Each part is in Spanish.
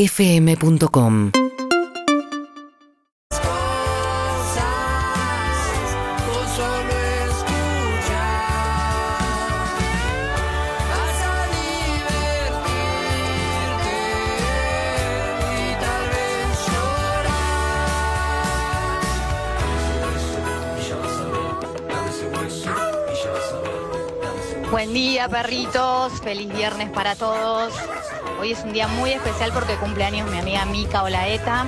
urbanaplayfm.com Con solo escuchar vas a divertirte y tal vez llorar. Ella va a saber, dame ese hueso. Ella va a saber, dame ese hueso. Buen día, perritos. Feliz viernes para todos. Hoy es un día muy especial porque cumpleaños mi amiga Mica Olaeta.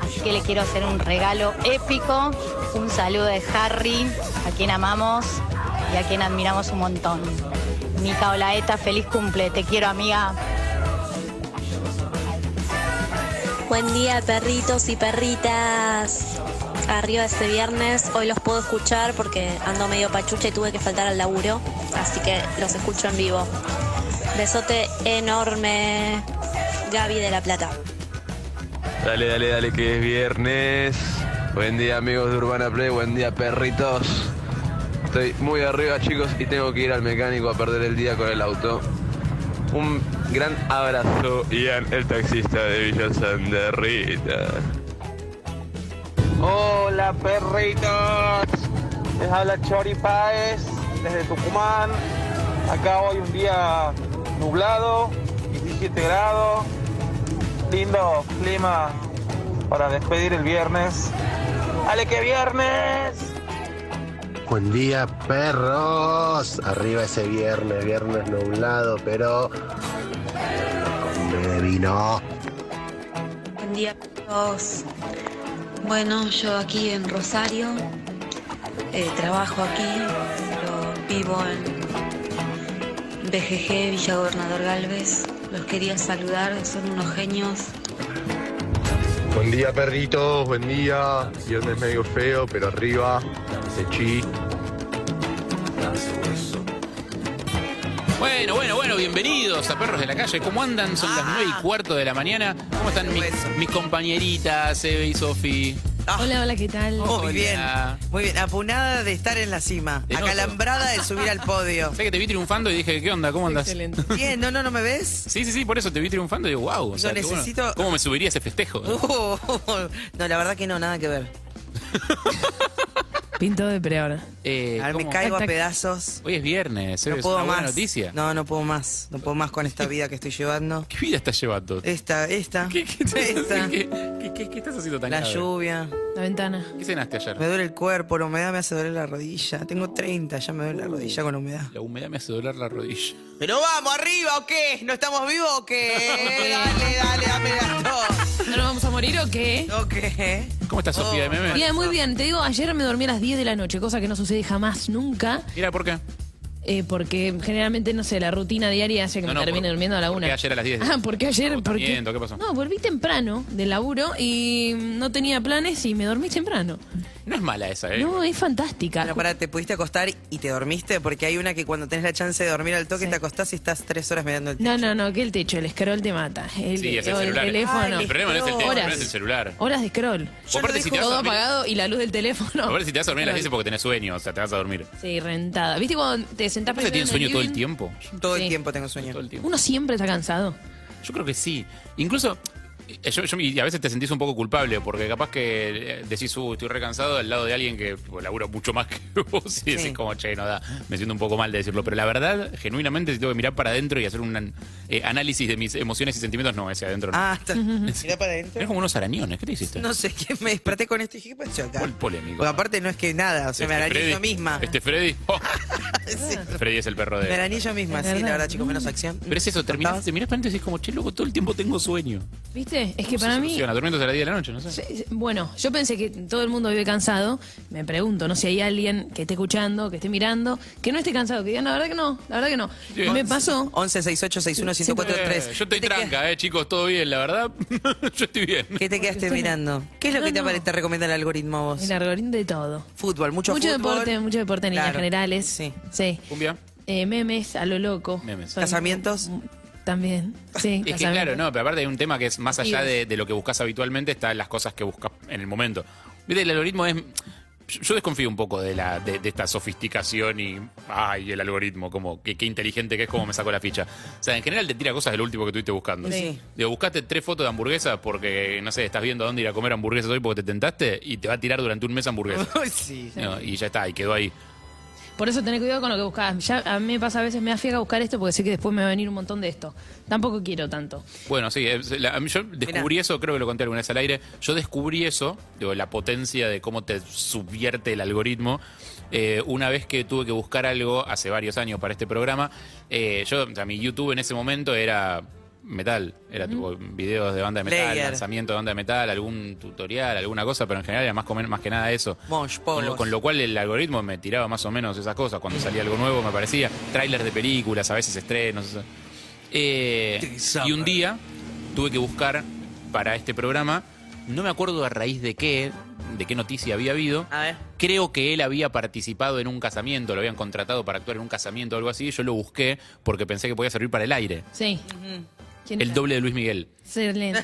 Así que le quiero hacer un regalo épico. Un saludo de Harry, a quien amamos y a quien admiramos un montón. Mica Olaeta, feliz cumple. Te quiero, amiga. Buen día perritos y perritas. Arriba este viernes, hoy los puedo escuchar porque ando medio pachucha y tuve que faltar al laburo, así que los escucho en vivo. Besote enorme, Gaby de la Plata. Dale, dale, dale, que es viernes. Buen día amigos de Urbana Play, buen día perritos. Estoy muy arriba chicos y tengo que ir al mecánico a perder el día con el auto. Un gran abrazo, Ian, el taxista de Villa Sanderrita. Oh. Hola perritos, les habla Chori Páez desde Tucumán. Acá hoy un día nublado, 17 grados, lindo clima para despedir el viernes. ¡Ale que viernes! Buen día, perros. Arriba ese viernes, viernes nublado, pero me vino. Buen día a todos. Bueno, yo aquí en Rosario, eh, trabajo aquí, pero vivo en BGG, Villa Gobernador Galvez. Los quería saludar, son unos genios. Buen día, perritos, buen día. Viernes medio feo, pero arriba, de chi. Bueno, bueno, bueno, bienvenidos a Perros de la Calle. ¿Cómo andan? Son las Ah. 9 y cuarto de la mañana. ¿Cómo están mis, mis compañeritas, Eve y Sofi? Hola, hola, ¿qué tal? Muy Hola. bien, muy bien. Apunada de estar en la cima, Te noto. acalambrada de subir al podio. Sé que te vi triunfando y dije, ¿qué onda? ¿Cómo andas? Excelente. Bien, no, no, no me ves. Sí, sí, sí, por eso te vi triunfando y digo, wow. Yo necesito- ¿Cómo me subiría ese festejo? Uh, no, la verdad que no, nada que ver. Pinto de pre ahora. Eh, A ver, me ¿cómo? caigo a Tac, tac. pedazos. Hoy es viernes, No es puedo una más. buena noticia. No, no puedo más. No puedo más con esta vida que estoy llevando. ¿Qué vida estás llevando? Esta, esta. ¿Qué, qué, estás- Eh, esta. qué- qué- qué- qué estás haciendo tan La grave? lluvia. La ventana. ¿Qué cenaste ayer? Me duele el cuerpo, la humedad me hace doler la rodilla. Tengo 30, ya me duele la rodilla con humedad. La humedad me hace doler la rodilla. Pero vamos, arriba o qué? ¿No estamos vivos o qué? dale, dale, dame las dos. ¿No nos vamos a morir o qué? ¿O qué? ¿Cómo estás, Sofía de Oh. Meme? Bien, Eh, muy bien. Te digo, ayer me dormí a las 10 de la noche, cosa que no sucede jamás, nunca, Mira, ¿por qué? eh, porque generalmente, no sé, la rutina diaria hace que No, me no, termine por- durmiendo a la ¿por una. qué ayer a las 10? Ah, porque ayer... Porque... Agotamiento, ¿qué pasó? No, volví temprano del laburo y mm, no tenía planes y me dormí temprano. No es mala esa, ¿eh? No, es fantástica. Bueno, pará, ¿te pudiste acostar y te dormiste? Porque hay una que cuando tenés la chance de dormir al toque Sí. te acostás y estás tres horas mirando el No, no, no, que el techo, el scroll te mata. El, Sí, es o el celular. teléfono. El problema no es el teléfono, el problema es el celular. Horas de scroll. Vos aparte, si te vas a Todo dormir- apagado y la luz del teléfono. A ver si te vas a dormir a las Scroll. 10 porque tenés sueño, o sea, te vas a dormir. Sí, rentada. ¿Viste cuando te sentás ¿Ustedes primero tienen en sueño todo el living? tiempo? Todo el Sí. tiempo tengo sueño. Todo el tiempo. Uno siempre está cansado. Yo creo que sí. Incluso, eh, yo, yo- y a veces te sentís un poco culpable porque capaz que eh, decís, uh, estoy recansado al lado de alguien que pues, labura mucho más que vos y decís Sí. como, che, no da, me siento un poco mal de decirlo. Pero la verdad, genuinamente, si tengo que mirar para adentro y hacer un an- eh, análisis de mis emociones y sentimientos, no, ese adentro no. Ah, está. Mirá para Tenés adentro. como unos arañones, ¿qué te hiciste? No sé qué me desperté con esto y dije, ¿qué pasó acá? Pol- polémico. Porque aparte no es que nada, o sea, me arañé Freddy- yo misma. Este Freddy. oh, Sí. Freddy es el perro Me de. arañé yo misma, Ah. Es sí, la verdad. Mm. verdad, chicos, menos acción. Pero es eso, terminás, te mirás para adentro y decís como, che, loco, todo el tiempo tengo sueño. ¿Viste? Es ¿Cómo que se para mí. soluciona? Durmiéndose a las 10 de la noche, no sé. se- Bueno, yo pensé que todo el mundo vive cansado. Me pregunto, ¿no? Si hay alguien que esté escuchando, que esté mirando, que no esté cansado, que diga, la verdad que no, la verdad que no. Sí. Me pasó. 11 68 61 Eh, 143. yo estoy ¿Qué te queda- tranca, eh, chicos, todo bien, la verdad. yo estoy bien. ¿Qué te quedaste estoy- mirando? ¿Qué es lo No, que te, no. apare- te recomienda el algoritmo a vos? El algoritmo de todo. Fútbol, mucho, mucho fútbol. deporte, mucho deporte en líneas Claro. generales. Sí. Sí. Cumbia. Eh, memes a lo loco. Memes. Son- ¿Casamientos? También. Sí, Es que casamientos. claro, no, pero aparte hay un tema que es más allá Sí. de, de lo que buscas habitualmente, están las cosas que buscas en el momento. Viste, el algoritmo es yo, yo desconfío un poco de, la, de, de esta sofisticación y ay, el algoritmo, como que, qué inteligente que es, cómo me sacó la ficha. O sea, en general te tira cosas del último que estuviste buscando. Sí. Digo, buscaste tres fotos de hamburguesas porque, no sé, estás viendo a dónde ir a comer hamburguesas hoy porque te tentaste y te va a tirar durante un mes hamburguesas. sí. No, y ya está, y quedó ahí. Por eso tener cuidado con lo que buscabas. Ya a mí me pasa a veces, me afiega buscar esto porque sé que después me va a venir un montón de esto. Tampoco quiero tanto. Bueno, sí, es- la- a mí yo descubrí eso, creo que lo conté alguna vez al aire, yo descubrí eso, digo, la potencia de cómo te subvierte el algoritmo, eh, una vez que tuve que buscar algo hace varios años para este programa, eh, yo, o sea, mi YouTube en ese momento era metal, era tipo videos de banda de metal, Layer. lanzamiento de banda de metal, algún tutorial, alguna cosa, pero en general era más, comen- más que nada eso. Mosh, Con lo, pogos. con lo cual el algoritmo me tiraba más o menos esas cosas. Cuando salía algo nuevo me aparecía. Trailers de películas, a veces estrenos. eso. Eh, y un día tuve que buscar para este programa, no me acuerdo a raíz de qué, de qué noticia había habido. A ver. Creo que él había participado en un casamiento, lo habían contratado para actuar en un casamiento o algo así. Yo lo busqué porque pensé que podía servir para el aire. Sí. ¿Quién El era? doble de Luis Miguel. Excelente.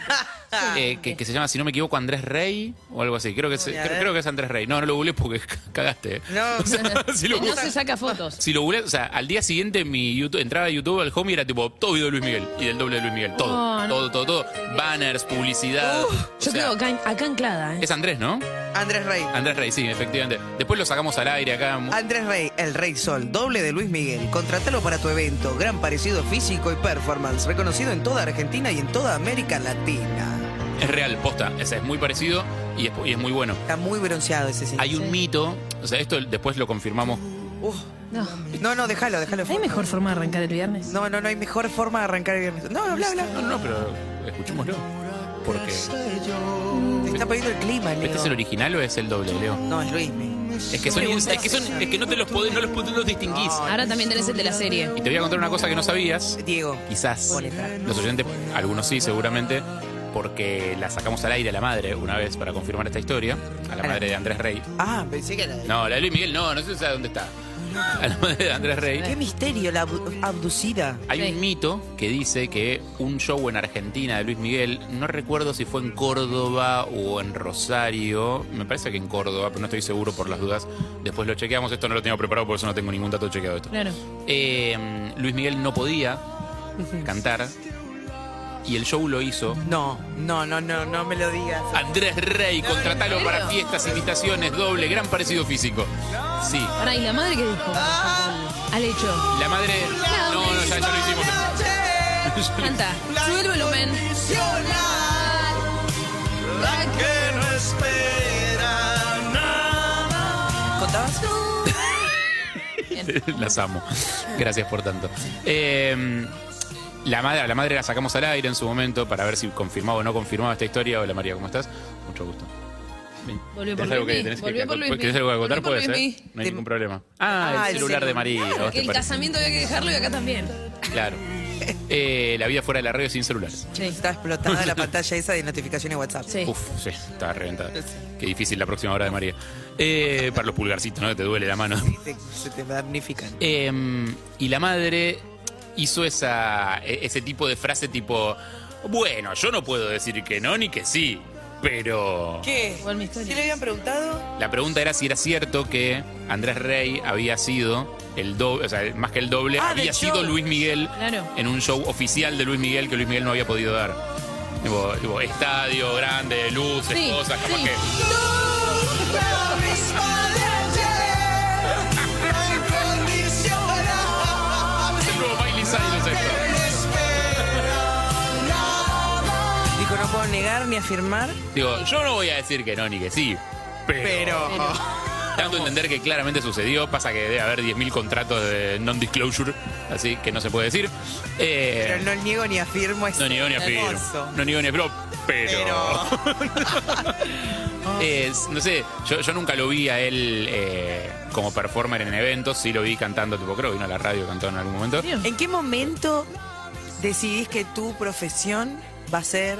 Ah, Eh, que, que se llama, si no me equivoco, Andrés Rey o algo así. Creo que es, Voy a creo, ver. creo que es Andrés Rey. No, no lo googleé porque cagaste. eh. No, O sea, si lo no googleé- se saca fotos. si lo googleás, o sea, al día siguiente mi YouTube, entraba a YouTube al home y era tipo todo video de Luis Miguel y del doble de Luis Miguel. Todo, Oh, no. todo, todo, todo. Banners, publicidad. O Yo sea, creo acá, acá anclada, ¿eh? Es Andrés, ¿no? Andrés Rey. Andrés Rey, sí, efectivamente. Después lo sacamos al aire acá. mu- Andrés Rey, el Rey Sol, doble de Luis Miguel. Contratalo para tu evento. Gran parecido físico y performance. Reconocido en toda Argentina y en toda América Latina. Es real, posta. O sea, es muy parecido y es, y es muy bueno. Está muy bronceado ese señor. Hay un mito, o sea, esto después lo confirmamos. Uf. No. No, no, déjalo, déjalo. ¿Hay mejor forma de arrancar el viernes? No, no, no hay mejor forma de arrancar el viernes. No, bla, bla. No, no, no, pero escuchémoslo. Porque. ¿Este Te está poniendo el clima, Leo. es el original o es el doble, Leo? No, es Luis Miguel. Es que son. Es que, son- es que no te los podés, no los, podés- no los distinguís. Ahora también tenés el de la serie. Y te voy a contar una cosa que no sabías. Diego. Quizás. Boneta. Los oyentes, algunos sí, seguramente, porque la sacamos al aire a la madre una vez para confirmar esta historia. A la madre de Andrés Rey. Ah, pensé que era de... No, la de Luis Miguel no, no sé si sabe dónde está. A la madre de Andrés Qué Rey. misterio, la abdu- abducida. Hay Sí. un mito que dice que un show en Argentina de Luis Miguel, no recuerdo si fue en Córdoba o en Rosario, me parece que en Córdoba, pero no estoy seguro por las dudas. Después lo chequeamos, esto no lo tengo preparado, por eso no tengo ningún dato chequeado de esto. Claro. Eh, Luis Miguel no podía cantar y el show lo hizo No, no, no, no, no me lo digas. Andrés Rey, contratalo para fiestas, invitaciones, doble, gran parecido físico. Sí, Ahora, ¿y la madre qué dijo? Ah. Al hecho. la madre. No, no, ya, ya lo hicimos. Canta. Sube el volumen. ¿Contabas? Las amo. Gracias por tanto. Eh, la madre, a la madre la sacamos al aire en su momento para ver si confirmaba o no confirmaba esta historia. Hola María, ¿cómo estás? Mucho gusto. Ven. Volvió por ¿Tenés Luis algo que- Mí. tenés que- Volvió por Luis Mí. ¿Querés algo que agotar? Volvió por Puede ser. Luis ¿eh? Mí. No hay ningún problema. Ah, Ah, el el celular de María. ¿a Que vos te el parece? casamiento había que dejarlo y acá también. Claro. Eh, la vida fuera de la radio sin celulares. Sí. Está explotada la pantalla esa de notificaciones WhatsApp. Sí. Uf, sí, estaba reventada. Qué difícil la próxima hora de María. Eh, para los pulgarcitos, ¿no? Te duele la mano. Sí, te- se te damnifican. Eh, y la madre hizo esa, e- ese tipo de frase tipo, bueno, yo no puedo decir que no ni que sí, pero... ¿Qué? Igual mi ¿Sí historia. le habían preguntado? La pregunta era si era cierto que Andrés Rey había sido el doble, o sea, más que el doble, Ah, había del sido show. Luis Miguel Claro. en un show oficial de Luis Miguel que Luis Miguel no había podido dar. Tipo, tipo, estadio grande, luces, Sí, cosas, capaz sí. que... Es el nuevo Miley Cyrus esto. Dijo, no puedo negar ni afirmar. Digo, yo no voy a decir que no ni que sí, Pero. Tanto entender que claramente sucedió, pasa que debe haber 10.000 contratos de non-disclosure, así que no se puede decir. Eh, Pero no niego ni afirmo. es no niego ni afirmo. hermoso. No niego ni afirmo, pero... Pero. ah. Es- no sé, yo, yo nunca lo vi a él eh, como performer en eventos, sí lo vi cantando, tipo creo, vino a la radio, cantó en algún momento. serio? ¿En qué momento decidís que tu profesión va a ser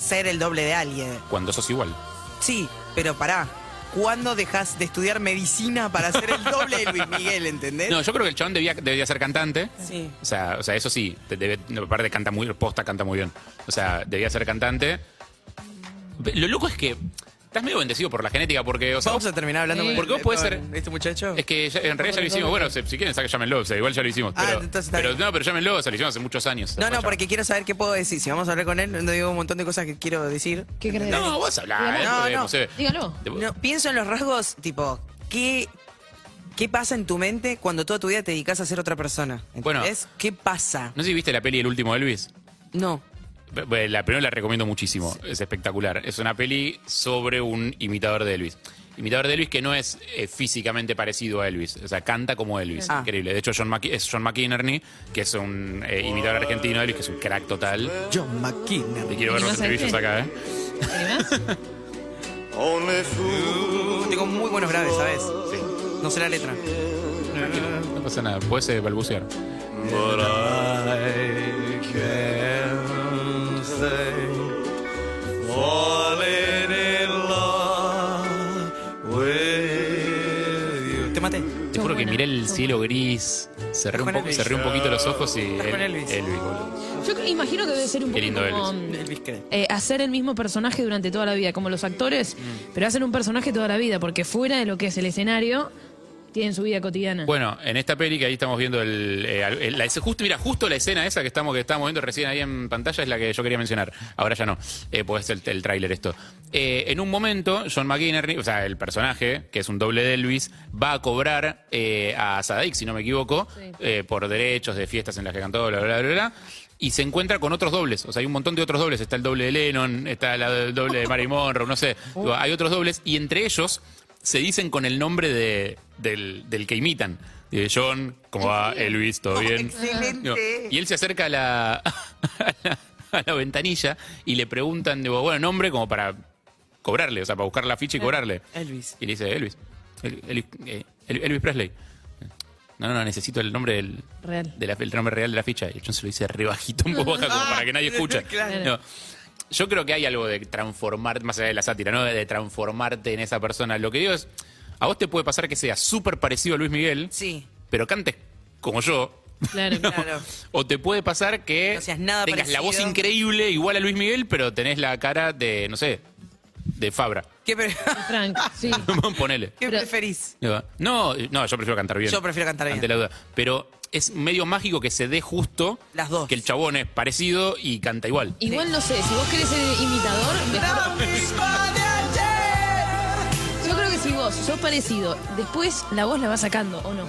ser el doble de alguien? Cuando sos igual. Sí, pero pará. ¿Cuándo dejas de estudiar medicina para ser el doble de Luis Miguel, entendés? No, yo creo que el chabón debía, debería ser cantante. Sí. O sea, o sea, eso sí, te debe, aparte canta muy, posta canta muy bien. O sea, debía ser cantante. Lo loco es que Estás medio bendecido por la genética porque, o sea, Vamos a terminar hablando Sí. con Porque vos podés ser- con este muchacho. es que ya- en realidad ya lo hicimos. Bueno, se- si quieren, saca, llámenlo. o sea, igual ya lo hicimos. Ah, Pero, entonces está pero bien. no, pero llámenlo. O sea, lo hicimos hace muchos años. No, no, Llama. porque quiero saber qué puedo decir. Si vamos a hablar con él, no digo un montón de cosas que quiero decir. ¿Qué crees? No, vos hablá. eh, No, podemos, no. eh. Dígalo. De- No, pienso en los rasgos, tipo, ¿qué, ¿qué pasa en tu mente cuando toda tu vida te dedicas a ser otra persona? Bueno. ¿Entendés? ¿Qué pasa? No sé si viste la peli El último Elvis. No. Bueno, La primera la recomiendo muchísimo, es espectacular. Es una peli sobre un imitador de Elvis. Imitador de Elvis que no es eh, físicamente parecido a Elvis, o sea, canta como Elvis, Ah. increíble. De hecho, John Mc- es John McInerney, que es un eh, imitador argentino de Elvis, que es un crack total. John McKinnon. Te quiero ver ¿Animás los a entrevistas qué? acá, ¿eh? ¿Te animás? Tengo muy buenos graves, ¿sabes? Sí. No sé la letra. No pasa nada, puedes eh, balbucear. Te maté. Te juro que miré el cielo gris, cerré un, con poco, Elvis. cerré un poquito los ojos y. Estás con Elvis. boludo. Yo creo- imagino que debe ser un Qué poco lindo como, Elvis Crespo. eh, hacer el mismo personaje durante toda la vida, como los actores, Mm. pero hacen un personaje toda la vida, porque fuera de lo que es el escenario, tienen su vida cotidiana. Bueno, en esta peli que ahí estamos viendo el, eh, al- el- la, es justo, mira, justo la escena esa que estamos que estábamos viendo recién ahí en pantalla es la que yo quería mencionar. Ahora ya no, eh, pues el, el tráiler esto. Eh, en un momento, John McInerney, o sea, el personaje, que es un doble de Elvis, va a cobrar eh, a Sadek, si no me equivoco, eh, por derechos de fiestas en las que cantó, bla, bla, bla, bla. Y se encuentra con otros dobles, o sea, hay un montón de otros dobles. Está el doble de Lennon, está la- el doble de Mary Monroe, no sé. Digo, Hay otros dobles y entre ellos se dicen con el nombre de, del, del que imitan. Dice, John, ¿cómo va? Elvis, ¿todo bien? Digo, Y él se acerca a la, a la, a la ventanilla y le preguntan, digo, bueno, nombre como para cobrarle, o sea, para buscar la ficha y cobrarle. Eh, Elvis. Y le dice, Elvis, El- Elvis, eh, El- Elvis Presley. No, no, no, necesito el nombre del, Real. de la- el nombre real de la ficha. Y el John se lo dice re bajito, un poco baja, como para que nadie escucha. Ah, Claro. No. Yo creo que hay algo de transformar, más allá de la sátira, ¿no? De transformarte en esa persona. Lo que digo es, a vos te puede pasar que seas súper parecido a Luis Miguel, Sí. pero cantes como yo. Claro, ¿no? claro. O te puede pasar que No seas nada tengas la voz parecido. increíble, igual a Luis Miguel, pero tenés la cara de, no sé, de Fabra. ¿Qué, pre- Frank, sí. Ponele. ¿Qué Pero- preferís? No, no, yo prefiero cantar bien. Yo prefiero cantar bien. Ante la duda. Pero es medio mágico que se dé justo Las dos. que el chabón es parecido y canta igual. Igual no sé, si vos querés ser imitador, mejor- yo creo que si vos sos parecido, después la voz la vas sacando, ¿o no?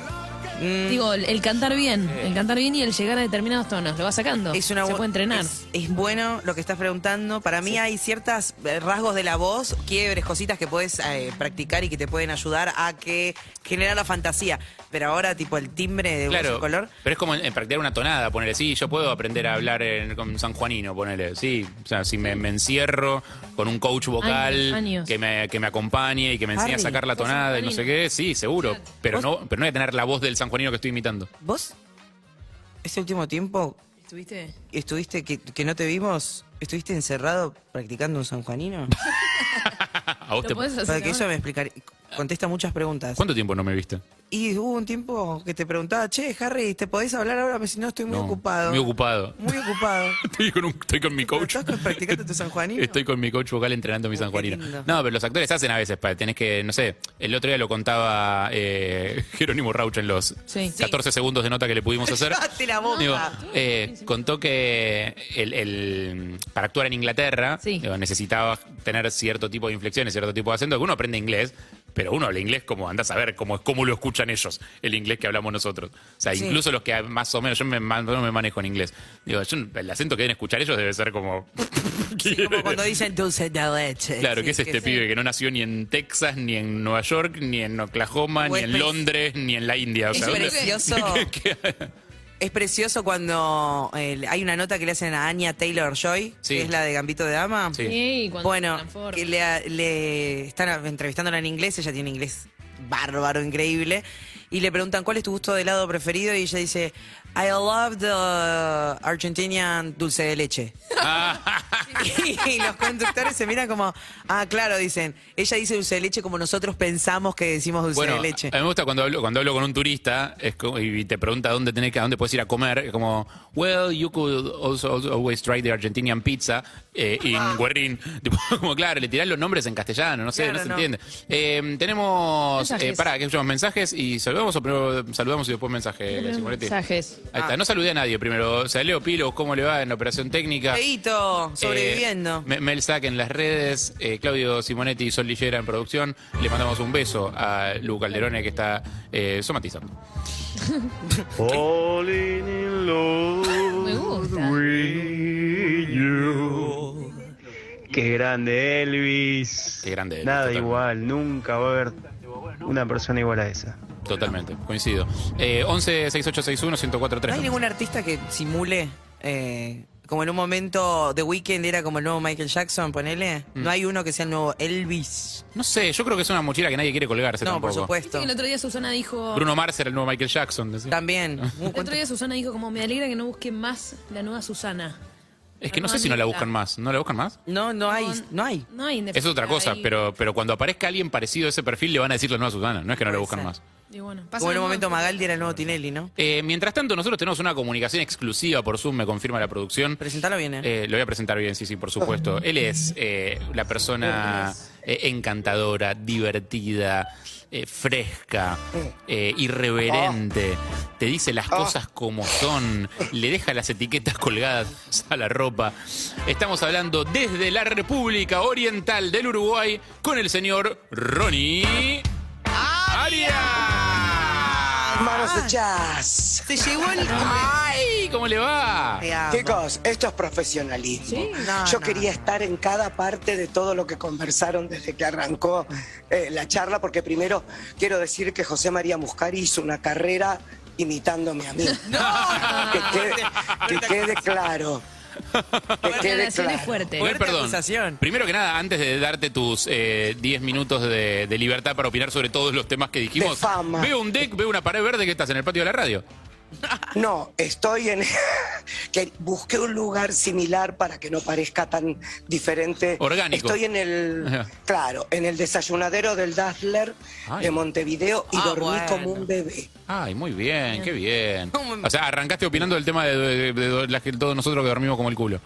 Digo, el, el cantar bien, el cantar bien y el llegar a determinados tonos, lo vas sacando. Es una Se bu- puede entrenar. Es, es bueno lo que estás preguntando. Para mí hay ciertos rasgos de la voz, quiebres, cositas que puedes eh, practicar y que te pueden ayudar a que generar la fantasía. Pero ahora, tipo, el timbre de voz Claro, y color. pero es como en, en practicar una tonada, ponele, sí, yo puedo aprender a hablar en- con San Juanino, ponele, sí, o sea, si me, me encierro con un coach vocal Años, años. Que, me, que me acompañe y que me enseñe Harry, a sacar la sos tonada y no sé qué, sí, seguro, pero Vos- no, pero no voy a tener la voz del San Juanino que estoy imitando. ¿Vos, este último tiempo, ¿Estuviste? estuviste, que, que no te vimos, estuviste encerrado practicando un sanjuanino? A vos ¿Lo te- podés hacer Para que eso ahora? me explicar Contesta muchas preguntas. ¿Cuánto tiempo no me viste? Y hubo un tiempo que te preguntaba, che, Harry, ¿te podés hablar ahora? Me si no, estoy muy No, ocupado. Muy ocupado. Muy ocupado. Estoy con, un- estoy con mi ¿Pero coach. estás con- practicando tu sanjuanino? Estoy con mi coach vocal entrenando mi qué sanjuanino. lindo. No, pero los actores hacen a veces, pa- tenés que, no sé, el otro día lo contaba eh, Jerónimo Rauch en los Sí. 14 segundos de nota que le pudimos hacer. ¡Cállate la boca! Digo, eh, contó que el- el- para actuar en Inglaterra Sí. digo, necesitaba tener cierto tipo de inflexiones, cierto tipo de acento, que uno aprende inglés, pero uno habla inglés como andás a ver cómo, cómo lo escuchan ellos, el inglés que hablamos nosotros. O sea, Sí. incluso los que más o menos, yo me, man- no me manejo en inglés. Digo, yo- el acento que deben escuchar ellos debe ser como... Sí, como cuando dicen dulce de leche. Claro, Sí, que es este sí. pibe que no nació ni en Texas, ni en Nueva York, ni en Oklahoma, ni Güey, en pero- Londres, ni en la India. O Es sea, ¿dónde- precioso. qué- qué- Es precioso cuando eh, hay una nota que le hacen a Anya Taylor Joy, Sí. que es la de Gambito de Dama. Sí. Sí, cuando se Bueno, transforma. que le, le están entrevistándola en inglés, ella tiene inglés bárbaro, increíble, y le preguntan cuál es tu gusto de helado preferido y ella dice, I love the Argentinian dulce de leche. Ah, y los conductores se miran como, ah, claro, dicen, ella dice dulce de leche como nosotros pensamos que decimos dulce Bueno, eh, de leche. a mí me gusta cuando hablo, cuando hablo con un turista es co- y te pregunta dónde tenés que, a dónde puedes ir a comer, es como, well, you could also, also always try the Argentinian pizza eh, in Ah. Guerrín. Tipo, como claro, le tirás los nombres en castellano, no sé, Claro, no se no. entiende. Eh, tenemos, eh, Mensajes. pará, que escuchamos mensajes y saludamos o primero saludamos y después mensaje. Simonetti? Mensajes. Ahí está, no saludé a nadie primero. O sea, Leo Pilo, ¿cómo le va en operación técnica? Feito, sobreviviendo. Eh, Me- Mel Sack en las redes, eh, Claudio Simonetti y Sol Lillera en producción. Le mandamos un beso a Lu Calderone que está eh, somatizando. Falling in love Me gusta. with you. Qué grande Elvis. Qué grande. Lu, Nada total- igual, nunca va a haber una persona igual a esa. Totalmente, coincido. Eh, 11 6861 ¿No hay 1043. ningún artista que simule, eh, como en un momento The Weeknd era como el nuevo Michael Jackson, ponele? Mm. ¿No hay uno que sea el nuevo Elvis? No sé, yo creo que es una mochila que nadie quiere colgarse no, tampoco. por supuesto. Viste que el otro día Susana dijo. Bruno Mars era el nuevo Michael Jackson. decía. También. Uh, El otro día Susana dijo como me alegra que no busquen más la nueva Susana. Es que no sé si no la buscan más. ¿No la buscan más? No, no hay, no hay. No hay en Es otra cosa, definitiva, pero, pero cuando aparezca alguien parecido a ese perfil le van a decir la nueva Susana. No es que no la buscan ser. más. y- y bueno, pasa Como en un nomás. momento Magaldi era el nuevo Tinelli, ¿no? Eh, mientras tanto, nosotros tenemos una comunicación exclusiva por Zoom, me confirma la producción. Presentalo bien, ¿eh? Eh, lo voy a presentar bien, sí, sí, por supuesto. Él es eh, la persona eh, encantadora, divertida, eh, fresca, eh, irreverente. Te dice las cosas como son, le deja las etiquetas colgadas a la ropa. Estamos hablando desde la República Oriental del Uruguay con el señor Ronnie Arias. Manos hechas. Se llegó el... ¡Ay! ¿Cómo le va? Te amo. Chicos, esto es profesionalismo. No, Yo no. quería estar en cada parte de todo lo que conversaron desde que arrancó eh, la charla, porque primero quiero decir que José María Muscari hizo una carrera imitándome a mí. Que quede, que quede claro. Que La quede relación es claro. fuerte. Igual, Fuerte perdón. acusación. Primero que nada, antes de darte tus eh, 10 minutos de, de libertad para opinar sobre todos los temas que dijimos, De fama. veo un deck, veo una pared verde que estás en el patio de la radio. No, estoy en. que busqué un lugar similar para que no parezca tan diferente. Orgánico. Estoy en el. Ajá. Claro, en el desayunadero del Dazzler Ay. de Montevideo y Ah, dormí bueno. como un bebé. Ay, muy bien, qué bien. ¿Cómo? O sea, arrancaste opinando del tema de, de- de- de la que todos nosotros que dormimos como el culo.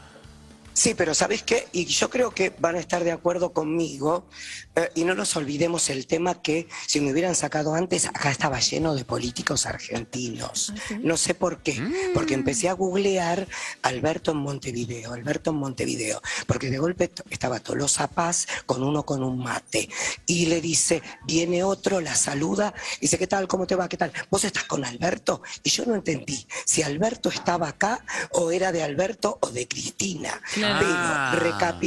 Sí, pero ¿sabes qué? Y yo creo que van a estar de acuerdo conmigo. eh, y no nos olvidemos el tema que, si me hubieran sacado antes, acá estaba lleno de políticos argentinos. No sé por qué. Porque empecé a googlear Alberto en Montevideo, Alberto en Montevideo. Porque de golpe to- estaba Tolosa Paz con uno con un mate. Y le dice, viene otro, la saluda. Dice, ¿qué tal? ¿Cómo te va? ¿Qué tal? ¿Vos estás con Alberto? Y yo no entendí si Alberto estaba acá o era de Alberto o de Cristina. Claro. Pero Ah.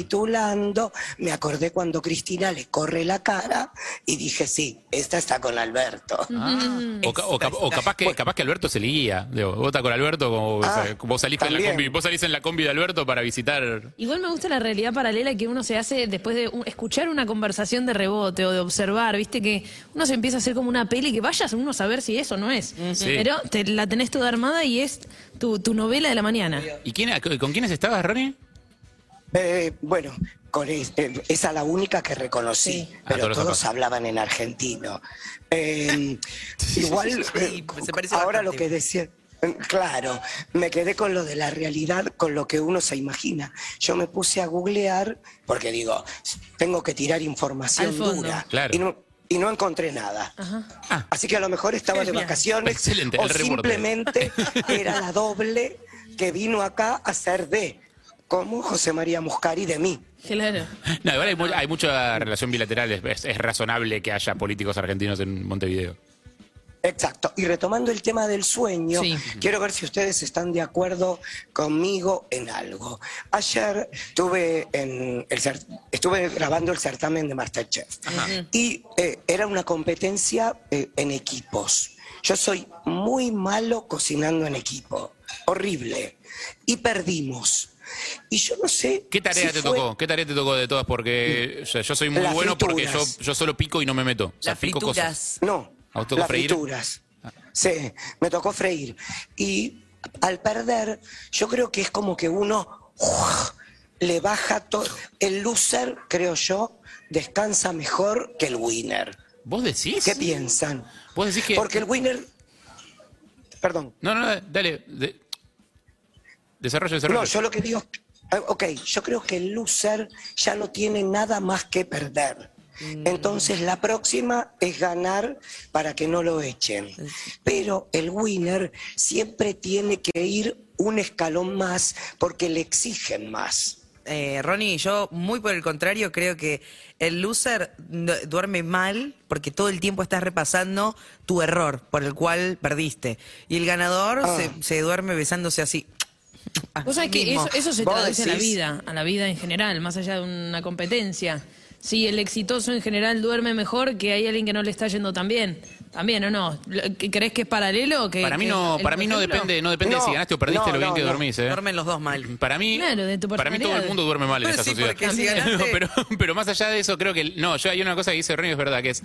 recapitulando, me acordé cuando Cristina le corre la cara y dije, sí, esta está con Alberto. Mm. Ah. O, ca- o cap- o capaz, que, capaz que Alberto se le guía. Digo, vos estás con Alberto, como o sea, Ah, vos, saliste en la también. combi, vos salís en la combi de Alberto para visitar. Igual me gusta la realidad paralela que uno se hace después de un- escuchar una conversación de rebote o de observar, viste que uno se empieza a hacer como una peli que vayas uno a saber si eso no es. Sí. Pero te, la tenés toda armada y es tu, tu novela de la mañana. ¿Y quién, con quiénes estabas, Ronnie? Eh, bueno, con es- eh, esa la única que reconocí, Sí. Ah, pero todos los todos zapatos. hablaban en argentino. Eh, igual, eh, se parece ahora bastante. lo que decía... eh, Claro, me quedé con lo de la realidad, con lo que uno se imagina. Yo me puse a googlear, porque digo, tengo que tirar Al información fondo. dura. Claro. Y, no, y no encontré nada. Ah. Así que a lo mejor estaba de vacaciones Excelente, o el reporte. simplemente era la doble que vino acá a ser de, como José María Muscari de mí. Claro. No, igual hay, mu- hay mucha relación bilateral. Es- es- es razonable que haya políticos argentinos en Montevideo. Exacto. Y retomando el tema del sueño, Sí. quiero ver si ustedes están de acuerdo conmigo en algo. Ayer tuve en el cer- estuve grabando el certamen de Masterchef y eh, era una competencia eh, en equipos. Yo soy muy malo cocinando en equipo, horrible. Y perdimos. Y yo no sé. ¿Qué tarea si te fue- tocó? ¿Qué tarea te tocó de todas? Porque o sea, yo soy muy Las bueno porque yo, frituras. yo solo pico y no me meto. O sea, Las pico cosas. frituras. No, ¿A vos te tocó las freír? Ah. frituras. Sí, me tocó freír. Y al perder, yo creo que es como que uno ¡uf! le baja todo. El loser, creo yo, descansa mejor que el winner. ¿Vos decís? ¿Qué piensan? Vos decís que. Porque el winner. Perdón. No, no, dale. De... Desarrollo, desarrollo. No, yo lo que digo. es que- ah, Ok, yo creo que el loser ya no tiene nada más que perder. Mm. Entonces la próxima es ganar para que no lo echen. Pero el winner siempre tiene que ir un escalón más porque le exigen más. Eh, Ronnie, yo muy por el contrario creo que el loser n- duerme mal porque todo el tiempo estás repasando tu error por el cual perdiste. Y el ganador Ah. se, se duerme besándose así. Ah, Vos sabés que Mismo. eso, eso se Vos traduce a la decís- vida, a la vida en general, más allá de una competencia. Si el exitoso en general duerme mejor que hay alguien que no le está yendo tan bien. También o no. Lo- ¿Crees que es paralelo? Que, Para mí que no, el para mí no ejemplo? depende, no depende de si ganaste o perdiste lo bien que dormís, eh. Duermen los dos mal. Para mí, Claro, de tu para mí todo el personalidad. mundo duerme mal en Pero esta sí, sociedad. porque si ganaste- No, pero, pero más allá de eso, creo que. el- No, yo hay una cosa que dice Ronnie, es verdad, que es.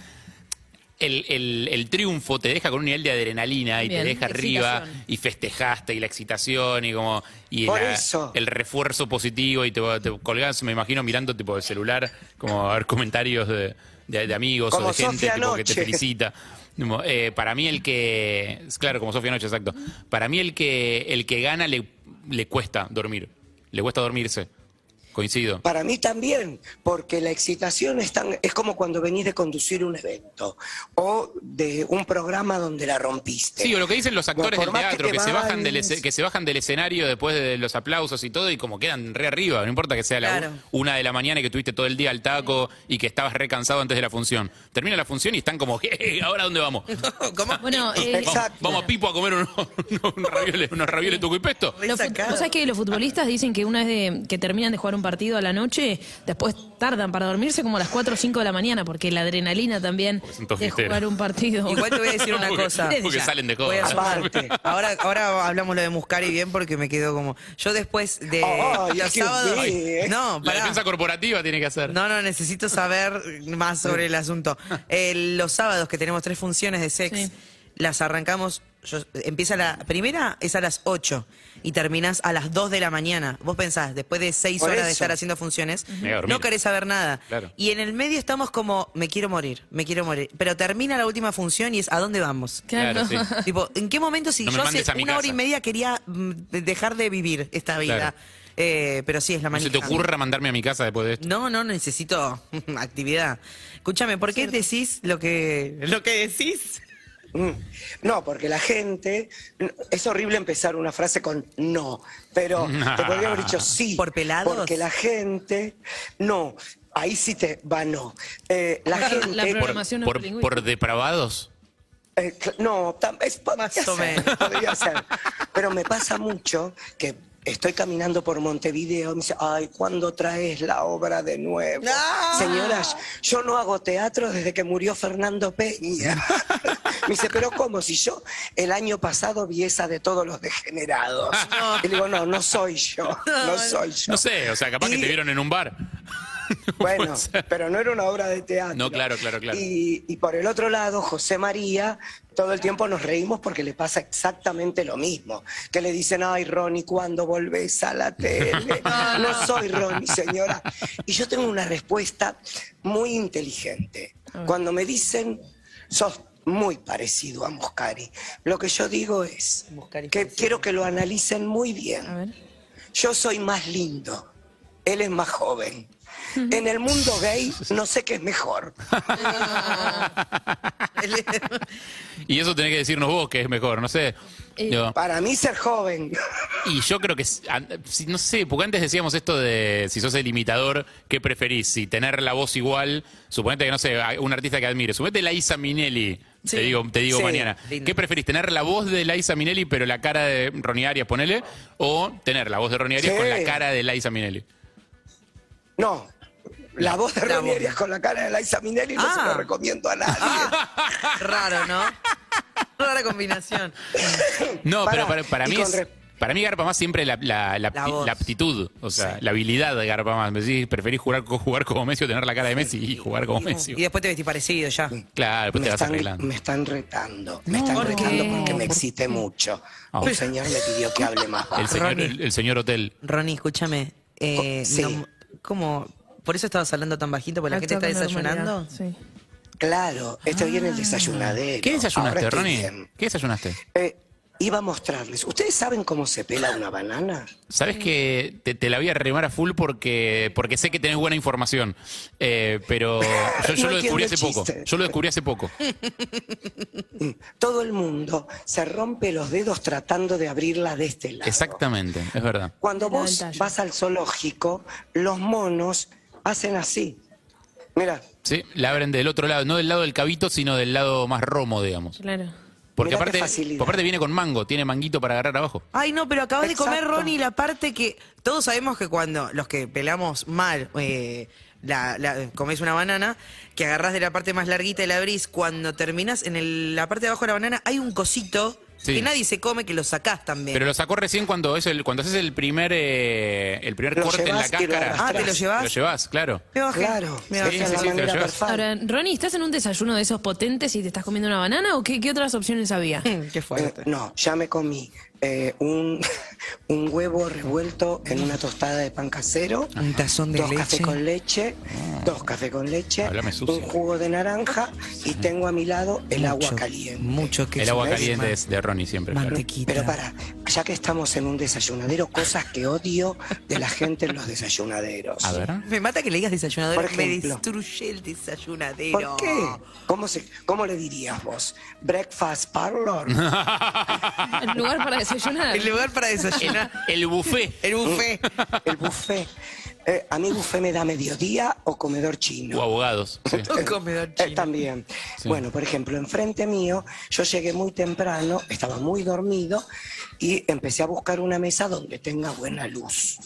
El, el- el triunfo te deja con un nivel de adrenalina y Bien, te deja arriba excitación. y festejaste y la excitación y como y Por la- eso. el refuerzo positivo y te, te colgás, me imagino, mirando tipo el celular, como a ver comentarios de, de- de amigos Como o de gente Sofía tipo, que te anoche. felicita. Como, eh, para mí el que, claro, como Sofía Noche, exacto. Para mí el que el que gana le, le cuesta dormir, le cuesta dormirse. Coincido. Para mí también, porque la excitación es, tan- es como cuando venís de conducir un evento o de un programa donde la rompiste. Sí, o lo que dicen los actores Por del más que teatro, te que se, bajan del, bailes. ese- que se bajan del escenario después de los aplausos y todo y como quedan re arriba, no importa que sea la Claro. u- una de la mañana y que tuviste todo el día al taco y que estabas re cansado antes de la función. Termina la función y están como, "Eh, ¿ahora dónde vamos? ¿Cómo? Bueno, eh, Vamos, vamos a Pipo a comer unos, unos ravioles, unos ravioles tuco y pesto. Los fut- ¿Vos sabés que los futbolistas dicen que una vez de- que terminan de jugar un partido a la noche, después tardan para dormirse como a las 4 o 5 de la mañana, porque la adrenalina también son todos de fiesteros. jugar un partido. Igual te voy a decir una Porque- cosa. porque salen de joda. Voy a sumar. Aparte. Ahora, ahora hablamos lo de Muscari bien porque me quedo como. Yo después de Oh, los qué sábados. bien. No, La pará. defensa corporativa tiene que hacer. No, no, necesito saber más sobre el asunto. Eh, los sábados que tenemos tres funciones de sex, las arrancamos. yo- empieza la primera es a las 8 y terminás a las 2 de la mañana. Vos pensás, después de 6 Por horas de eso. estar haciendo funciones, voy a dormir. no querés saber nada. Claro. Y en el medio estamos como, me quiero morir, me quiero morir. Pero termina la última función y es, ¿a dónde vamos? Claro, sí. Tipo, ¿en qué momento si No me yo hace mandes a mi una hora casa. y media quería mm, dejar de vivir esta vida? Claro. Eh, pero sí, es la No se manija. te ocurra mandarme a mi casa después de esto. No, no, necesito actividad. Escúchame, ¿por qué decís lo que, lo que decís? Mm. No, porque la gente. Es horrible empezar una frase con no, pero te podría haber dicho sí. ¿Por pelados? Porque la gente. No, ahí sí te va no. Eh, la gente. por, por, por depravados. Eh, cl- no, tam- es, podría o ser, menos. podría ser. Pero me pasa mucho que estoy caminando por Montevideo y me dice, ay, ¿cuándo traes la obra de nuevo? Señoras, yo no hago teatro desde que murió Fernando Peña. me dice, pero ¿cómo? Si yo el año pasado vi esa de todos los degenerados. Y le digo, no, no soy yo, no soy yo. No sé, o sea, capaz que Y- te vieron en un bar. Bueno, pero no era una obra de teatro. No, claro, claro, claro. Y, y por el otro lado, José María, todo el tiempo nos reímos porque le pasa exactamente lo mismo. Que le dicen, ay, Ronnie, ¿cuándo volvés a la tele? No soy Ronnie, señora. Y yo tengo una respuesta muy inteligente. Cuando me dicen, sos muy parecido a Muscari, lo que yo digo es que quiero que lo analicen muy bien. Yo soy más lindo, él es más joven. En el mundo gay no sé qué es mejor. Y eso tenés que decirnos vos que es mejor, no sé. Yo- Para mí ser joven. Y yo creo que, s- an- si- no sé, porque antes decíamos esto de si sos el imitador, ¿qué preferís? Si tener la voz igual, suponete que no sé, a- un artista que admire, suponete Laisa Minelli, Sí. te digo, te digo Sí. mañana. ¿Qué preferís? ¿Tener la voz de Laisa Minelli pero la cara de Ronnie Arias, ponele? ¿O tener la voz de Ronnie Arias Sí. con la cara de Laisa Minelli? No. La voz de La Ronnie voz. Arias con la cara de Liza Minelli no se Ah. lo recomiendo a nadie. Raro, ¿no? Rara combinación. No, Pará, pero para, para y mí con es- re- para mí garpa más siempre la, la- la La apti- voz. la aptitud, o sea, la habilidad de garpa más. Me decís, preferís jugar, co- jugar como Messi o tener la cara de Messi y jugar como Messi. Y después te vestís parecido ya. Claro, después pues te vas están- arreglando. me están retando. Me están ¿por qué? retando porque ¿Por me excité mucho. Ah, Un bueno. señor me pidió que hable más bajo. El señor, Ronnie. el, el señor Hotel. Ronnie, escúchame. Eh, no- ¿Cómo? ¿Por eso estabas hablando tan bajito? ¿Porque la gente está Acto con desayunando? normalidad, Sí. Claro, estoy bien en Ah. el desayunadero. ¿Qué Ahora desayunaste, estoy Ronnie? bien. ¿Qué desayunaste? Eh, iba a mostrarles. ¿Ustedes saben cómo se pela una banana? Sabes que te, te la voy a remar a full porque, porque sé que tenés buena información. Eh, pero yo, yo No lo descubrí entiendo hace el poco. chiste. Yo lo descubrí hace poco. Todo el mundo se rompe los dedos tratando de abrirla de este lado. Exactamente, es verdad. Cuando vos vas al zoológico, los monos hacen así. Mira, Sí, la abren del otro lado, no del lado del cabito, sino del lado más romo, digamos. Claro. Porque Mirá qué aparte, facilidad. aparte viene con mango, tiene manguito para agarrar abajo. Ay, no, pero acabas Exacto. de comer, Ronnie, la parte que todos sabemos que cuando los que pelamos mal, eh, la, la- comés una banana, que agarrás de la parte más larguita de la bris, cuando terminás en el- la parte de abajo de la banana hay un cosito Sí. que nadie se come, que lo sacás también. Pero lo sacó recién cuando es el, cuando haces el primer eh, el primer Lo corte en la llevas y lo cáscara. arrastrás. Ah, ¿te lo llevás? Lo llevas, claro. Me bajé. claro, Me esa bajé. es sí, la sí, te lo manera llevas. perfecta. Ahora, Ronnie, ¿estás en un desayuno de esos potentes y te estás comiendo una banana o qué, qué otras opciones había? Qué fuerte. Eh, No, ya me comí eh, un, un huevo revuelto en una tostada de pan casero, Un tazón de dos leche. Ah. cafés con leche, dos cafés con leche, Háblame sucio. un jugo de naranja y tengo a mi lado el agua Mucho, caliente. Mucho que El agua ¿eh? se- caliente es de Ronnie siempre. claro. Mantequita. Pero para, ya que estamos en un desayunadero, cosas que odio de la gente en los desayunaderos. A ver. Me mata que le digas desayunadero. Por Me ejemplo. destruye el desayunadero. ¿Por qué? ¿Cómo, se, ¿Cómo le dirías vos? ¿Breakfast parlor? El lugar para desayunar. El lugar para desayunar. El buffet. El buffet. ¿El buffet? Eh, a mí buffet me da mediodía o comedor chino. O abogados. sí. Un comedor Eh, chino. también. Sí. Bueno, por ejemplo, enfrente mío, yo llegué muy temprano, estaba muy dormido y empecé a buscar una mesa donde tenga buena luz.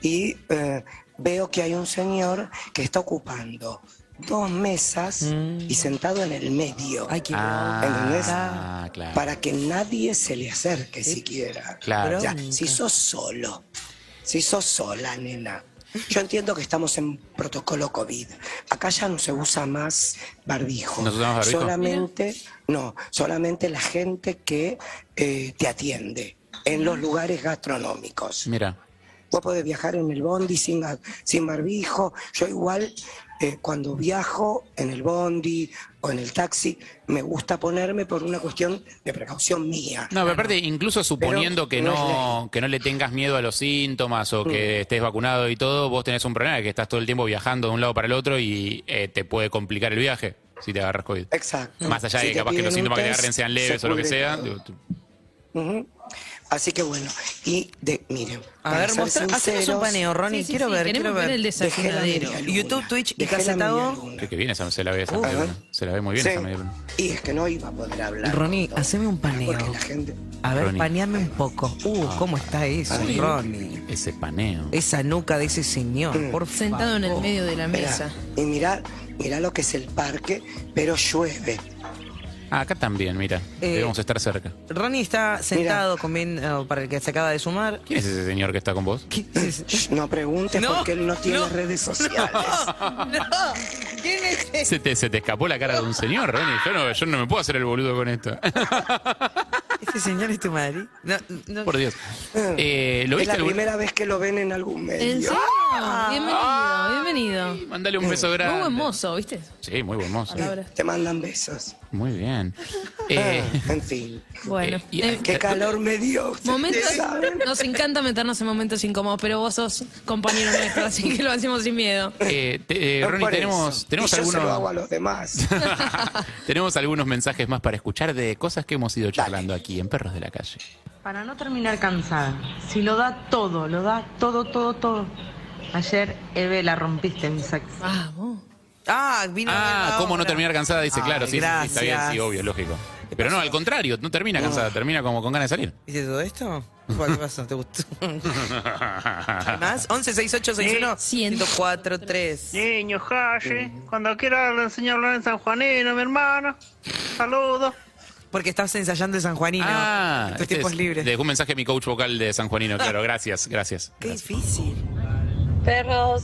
Y eh, veo que hay un señor que está ocupando dos mesas y sentado en el medio. Ay, qué ¿Entendés? Ah, claro. Para que nadie se le acerque siquiera. Claro. Ya, si sos solo, si sos sola, nena. Yo entiendo que estamos en protocolo COVID. Acá ya no se usa más barbijo. ¿No se usa más barbijo? Solamente, no, solamente la gente que eh, te atiende en los lugares gastronómicos. Mira. Vos podés viajar en el bondi sin, ga- sin barbijo. Yo igual, eh, cuando viajo en el bondi o en el taxi, me gusta ponerme por una cuestión de precaución mía. No, pero aparte, incluso suponiendo que no es Mm. no, que no le tengas miedo a los síntomas o que estés vacunado y todo, vos tenés un problema de que estás todo el tiempo viajando de un lado para el otro y eh, te puede complicar el viaje si te agarras COVID. Exacto. Más allá Eh, Si te de que capaz que piden los un síntomas que te test, agarren sean se leves o lo que pudre sea. todo. digo, tú- Ujú. Así que bueno, y de, miren. A ver, mostra, hacenos un paneo, Ronnie. Sí, sí, quiero sí, ver, queremos quiero ver. ver el desayunadero. YouTube, Twitch y Casetago. Casetago Qué que bien esa, se la ve esa Uh, media a ver. luna. Se la ve muy bien esa media luna. Y es que no iba a poder hablar. Ronnie, con todo, haceme un paneo. Porque la gente. A ver, Ronnie. paneame un poco. Uh, Ah, ¿cómo está eso, Ronnie? Ese paneo. Esa nuca de ese Mm. señor, por favor. Sentado en el medio de la Mirá, mesa. y mirá, mirá lo que es el parque, pero llueve. Ah, acá también, mira. Eh, Debemos estar cerca. Ronnie está sentado comiendo, oh, para el que se acaba de sumar. ¿Quién es ese señor que está con vos? ¿Qué es eso? No preguntes No, Este porque él no tiene no, redes sociales. No, ¿quién es ese? Se te, se te escapó la cara de un señor, Ronnie. Yo no, yo no me puedo hacer el boludo con esto. ¿Ese ¿Este señor es tu madre? No, no. Por Dios. Eh, ¿Lo es viste la algún- primera vez que lo ven en algún ¿En medio. serio? Ah. bienvenido, bienvenido. Mandale un beso grande. Muy buen mozo, ¿viste? Sí, muy buen mozo. Palabra. Te mandan besos. Ah, Muy bien. Eh, En fin. Bueno. eh, y- Eh, Qué calor me dio. ustedes Momentos, saben. nos encanta meternos en momentos incómodos, pero vos sos compañero nuestro, así que lo hacemos sin miedo. eh, te- eh, No, Ronnie, por tenemos, eso. tenemos Y yo se lo hago a algunos, los demás. tenemos algunos mensajes más para escuchar de cosas que hemos ido charlando aquí en Perros de la Calle. Para no terminar cansada, si lo da todo, lo da todo, todo, todo. Ayer, Eve, la rompiste en sax. Vamos. Ah, vino. Ah, la ¿cómo no obra. terminar cansada? Dice, Ay, claro, sí, sí, sí, está bien, sí, gracias. obvio, lógico. Pero no, al contrario, no termina cansada, termina como con ganas de salir. ¿Viste todo esto? ¿Cuál- ¿Qué pasó? ¿Te gustó? ¿Más? 11 68 61 Cien. 104 3. Niño Ah, Hashi, cuando quiera le enseño a hablar en San Juanino, mi hermano. Saludos. Porque estás ensayando el San Juanino. en tus este tiempos es- libres. Dejó un mensaje a mi coach vocal de San Juanino, claro, gracias, gracias. Qué difícil. Perros,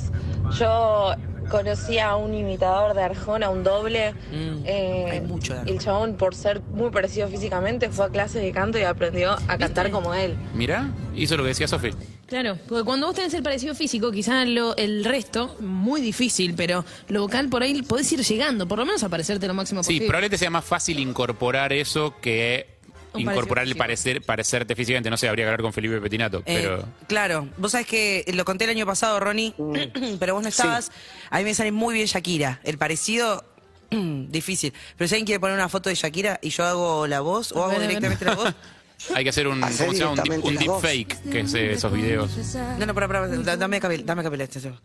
yo conocí a un imitador de Arjona, un doble. Eh, hay mucho de Arjona. El chabón, por ser muy parecido físicamente, fue a clases de canto y aprendió a cantar como él. Mira, hizo lo que decía Sofi. Claro, porque cuando vos tenés el parecido físico, quizá lo, el resto, muy difícil, pero lo vocal por ahí podés ir llegando, por lo menos a parecerte lo máximo Sí, posible. probablemente sea más fácil incorporar eso que Un incorporar el parecer, parecerte físicamente. No sé, habría que hablar con Felipe Petinato, Eh, pero... Claro, vos sabés que lo conté el año pasado, Ronnie, pero vos no estabas. A mí me sale muy bien Shakira. El parecido, difícil. Pero si alguien quiere poner una foto de Shakira y yo hago la voz o A hago ver, a ver. directamente la voz. Hay que hacer un, ¿cómo Hacer se llama? Un dip- directamente un, las dos. deepfake, que es eh, esos videos. No, no, pará, pará, da- dame capela, dame capela este. tema.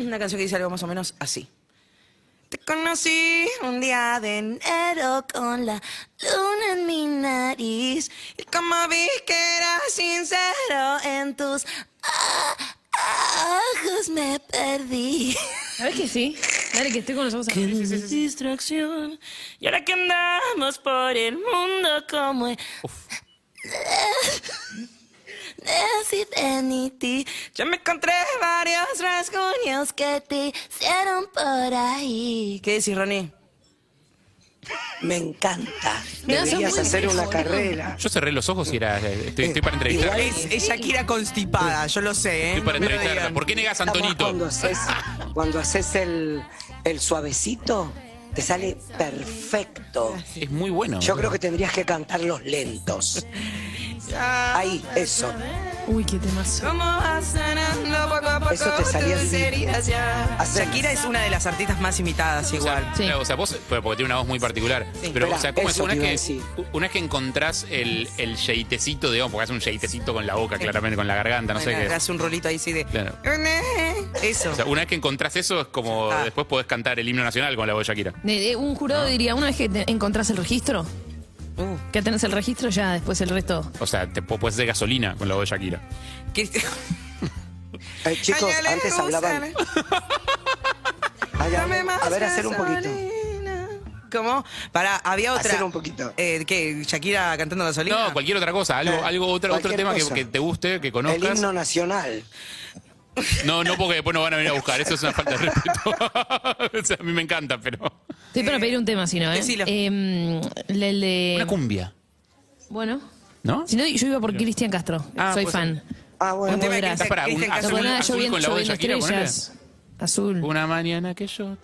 Una canción que dice algo más o menos así. Te conocí un día de enero con la luna en mi nariz. Y como vi que eras sincero en tus ojos me perdí. ¿Sabes que sí? Dale, que estoy con los ojos Que no es distracción. Y ahora que andamos por el mundo como es. Yo me encontré varios rasguños que te hicieron por ahí. ¿Qué decís, Ronnie? Me encanta. Me hace Deberías muy hacer bien, una boludo. carrera. Yo cerré los ojos y era, eh, estoy, estoy para entrevistar. Igual es, es Shakira constipada, yo lo sé, ¿eh? Estoy para No me entrevistarla. digan. ¿Por qué negas a Además, Antonito? Cuando haces, cuando haces el, el suavecito, te sale perfecto. Es muy bueno. Yo creo que tendrías que cantar los lentos. Ahí, eso. Uy, qué temazo. ¿Cómo vas sanando poco a poco Eso te salía tus así. heridas ya? Shakira es una de las artistas más imitadas igual. O sea, vos, pero porque tiene una voz muy particular. Sí. pero, Espera, o sea, ¿cómo es? eso Una te iba a vez, decir. que, una vez que encontrás el, el yeitecito, digamos, porque hace un yeitecito con la boca, claramente, con la garganta, no sé Bueno, qué. es. hace un rolito ahí sí de... Claro. Eso. O sea, una vez que encontrás eso, es como después podés cantar el himno nacional con la voz de Shakira. Eh, eh, Un jurado diría, una vez que te- encontrás el registro, Uh. que tenés el registro, ya después el resto. O sea, te po- puedes hacer gasolina con la voz de Shakira. Eh, chicos, Añale antes hablaban. Ay, a ver, a ver, hacer un poquito. ¿Cómo? Para, había otra. Hacer un poquito. Eh, ¿Qué? ¿Shakira cantando gasolina? No, cualquier otra cosa, algo, Eh, algo otro, otro cualquier tema que, cosa. que te guste, que El conozcas. himno nacional. No, no, porque después nos van a venir a buscar. Eso es una falta de respeto. o sea, a mí me encanta, pero. Estoy para pedir un tema, si no, ¿eh? Em, el- el de- Una cumbia, Bueno. ¿no? Si no, yo iba por Cristian Castro. Ah, Soy pues, fan. Ah, bueno. Un tema de Cristian- Para, Cristian Castro. Azul yo viendo, con la yo voz de viendo Shakira, ponele. estrellas. Azul. Una mañana que yo.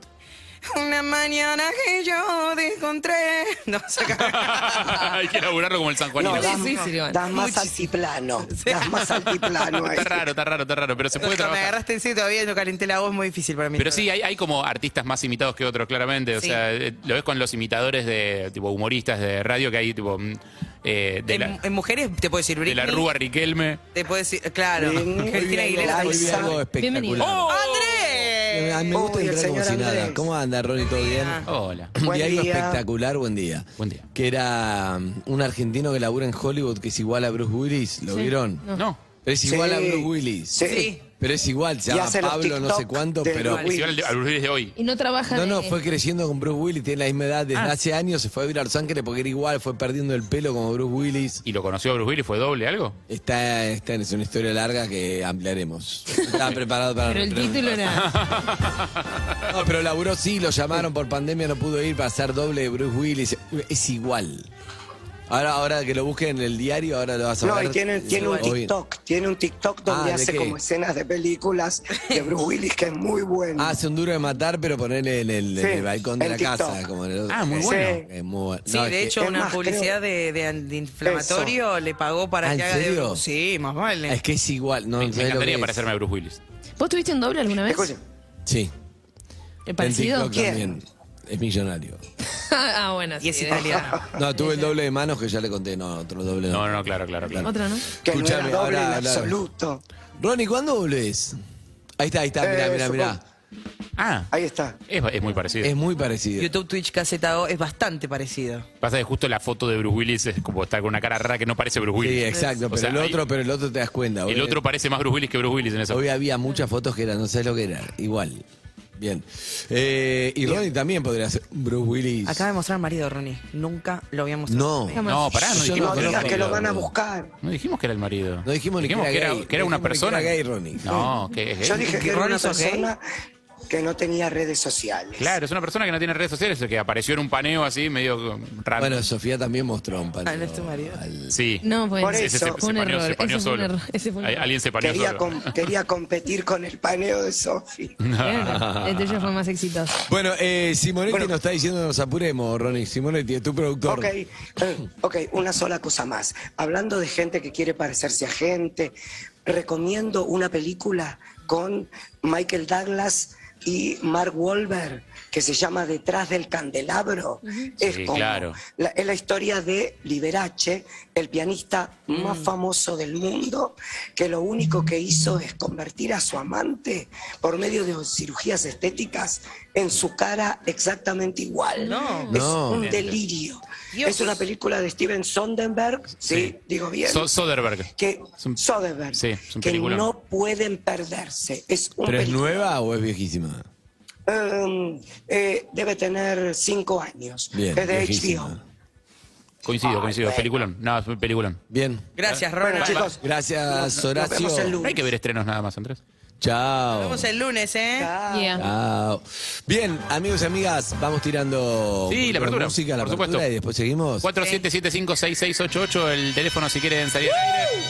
Una mañana que yo te encontré. No, saca. Hay que elaborarlo como el San Juanino. No, das, das más altiplano. Das más altiplano. este. ahí. Está raro, está raro, está raro, pero se puede Me trabajar. agarraste en sí, todavía no calenté la voz, muy difícil para mí. Pero sí, hay, hay como artistas más imitados que otros, claramente. O Sí. sea, eh, lo ves con los imitadores de, tipo, humoristas de radio que hay, tipo, mm, eh, de, en, la, en mujeres te puedo decir de Britney. la Rúa Riquelme. Te puedo decir, claro. Britney, Cristina hoy vi Aguilera. algo- hoy vi algo Bienvenido. espectacular. ¡Oh, Andrés! A mí me gusta Uy, el entrar señor como si nada. Andrés. ¿Cómo anda, Ronnie? ¿Todo bien? Hola. Y Buen algo día. espectacular, buen día. Buen día. Que era um, un argentino que labura en Hollywood que es igual a Bruce Willis. ¿Lo Sí. vieron? No. No. Es Sí. igual a Bruce Willis. Sí. Pero es igual, se Y llama hace los Pablo no sé TikTok cuánto, de pero... Bruce Willis. Igual al de- al Bruce Willis de hoy. Y no trabaja No, de- no, fue creciendo con Bruce Willis, tiene la misma edad desde hace años, se fue a vivir a Los Ángeles porque era igual, fue perdiendo el pelo como Bruce Willis. ¿Y lo conoció a Bruce Willis? ¿Fue doble algo? Está, está es una historia larga que ampliaremos. Estaba preparado para Pero el título era... No, pero laburó sí, lo llamaron por pandemia, no pudo ir para hacer doble de Bruce Willis. Es igual. Ahora, ahora que lo busquen en el diario, ahora lo vas a No, ver. y tiene, Es tiene un igual. TikTok. Tiene un TikTok Ah, donde ¿de hace qué? como escenas de películas de Bruce Willis, que es muy bueno. Ah, Hace un duro de matar, pero ponerle en el, en Sí, el balcón de en la TikTok. casa. Como en el otro. Ah, muy Es- bueno. es muy bueno. Sí, No, es de que- hecho, es una más, publicidad de, de antiinflamatorio le pagó para Ah, que ¿en haga de serio? Bruce. Sí, más creo- vale. Es que es igual. No, Me, me ¿sabés lo que encantaría es? parecerme a Bruce Willis. ¿Vos tuviste un doble alguna vez? Sí. ¿El parecido? En TikTok también. Es millonario. ah, bueno, sí. Y es de- italiano. Eh, No, tuve Eh, el doble de manos que ya le conté. No, otro doble. No, no, claro, claro, claro. Otra, ¿no? Que no era Escuchame, doble ahora, en ahora. absoluto. Ronnie, ¿cuándo volvés? Ahí está, ahí está, mirá, Eh, mirá, mirá. Ah, Ahí está. es, es muy parecido. Es muy parecido. YouTube, Twitch, KZO es bastante parecido. Pasa que justo la foto de Bruce Willis es como está con una cara rara que no parece Bruce Willis. Sí, exacto, O pero sea, el hay- otro, pero el otro te das cuenta. el boludo. otro parece más Bruce Willis que Bruce Willis en esa Hoy había muchas fotos que eran, no sé lo que era, igual. Bien. Eh, y Ronnie también podría ser un Bruce Willis. Acaba de mostrar al marido, Ronnie. Nunca lo había mostrado. No, No, pará, Ah, no Yo dijimos que era conozco el marido. buscar. No dijimos que era el marido. No dijimos ni que era que era, gay. que era No una dijimos ni que persona. ¿Eh? era gay, Ronnie. No, que es gay. Yo dije que era ¿Ronnie una sos persona que no tenía redes sociales. Claro, es una persona que no tiene redes sociales, que apareció en un paneo así, medio raro. Bueno, Sofía también mostró un paneo. Ah, ¿no es tu marido? Sí. No, pues, Por Ese se- fue se un paneó- error. se paneó ese fue un solo. error. Ese fue un Ahí- error. Alguien se paneó Quería, solo. com- quería competir con el paneo de Sofi. Claro, El tuyo fue más exitoso. Bueno, eh, Simonetti nos está diciendo que nos apuremos, Ronnie. Simonetti es tu productor. Ok, eh, ok, una sola cosa más. Hablando de gente que quiere parecerse a gente, recomiendo una película con Michael Douglas y Mark Wahlberg que se llama Detrás del Candelabro. Es Sí, como claro. la- es la historia de Liberace, el pianista más famoso del mundo, que lo único que hizo es convertir a su amante por medio de cirugías estéticas en su cara exactamente igual. No. Es No. un delirio. Es una película de Steven Sonderberg, sí, digo bien. So- Soderbergh. que Soderbergh, Sí, es un que película. no pueden perderse. Es un ¿Pero es peliculón. nueva o es viejísima? Um, eh, debe tener cinco años. Bien, es de viejísima. HBO. Coincido, coincido. Ah, bueno. Peliculón. No, es un peliculón. Bien. Gracias, Ronald. Gracias, Horacio. No hay que ver estrenos nada más, Andrés. Chao. Nos vemos el lunes, ¿eh? Chao. Bien, amigos y amigas, vamos tirando Sí, la apertura, música, la por apertura, supuesto. y después seguimos. 47756688, el teléfono si quieren salir al aire.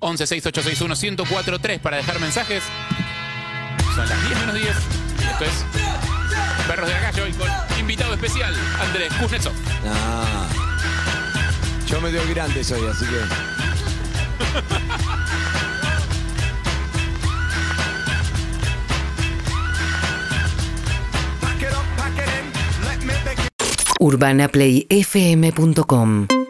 116861-1043 para dejar mensajes. Son las 10 menos 10. Esto es Perros de la Calle hoy con invitado especial, Andrés Kuznetsov. Ah. Yo me dio grandes hoy, así que. UrbanaPlayFM.com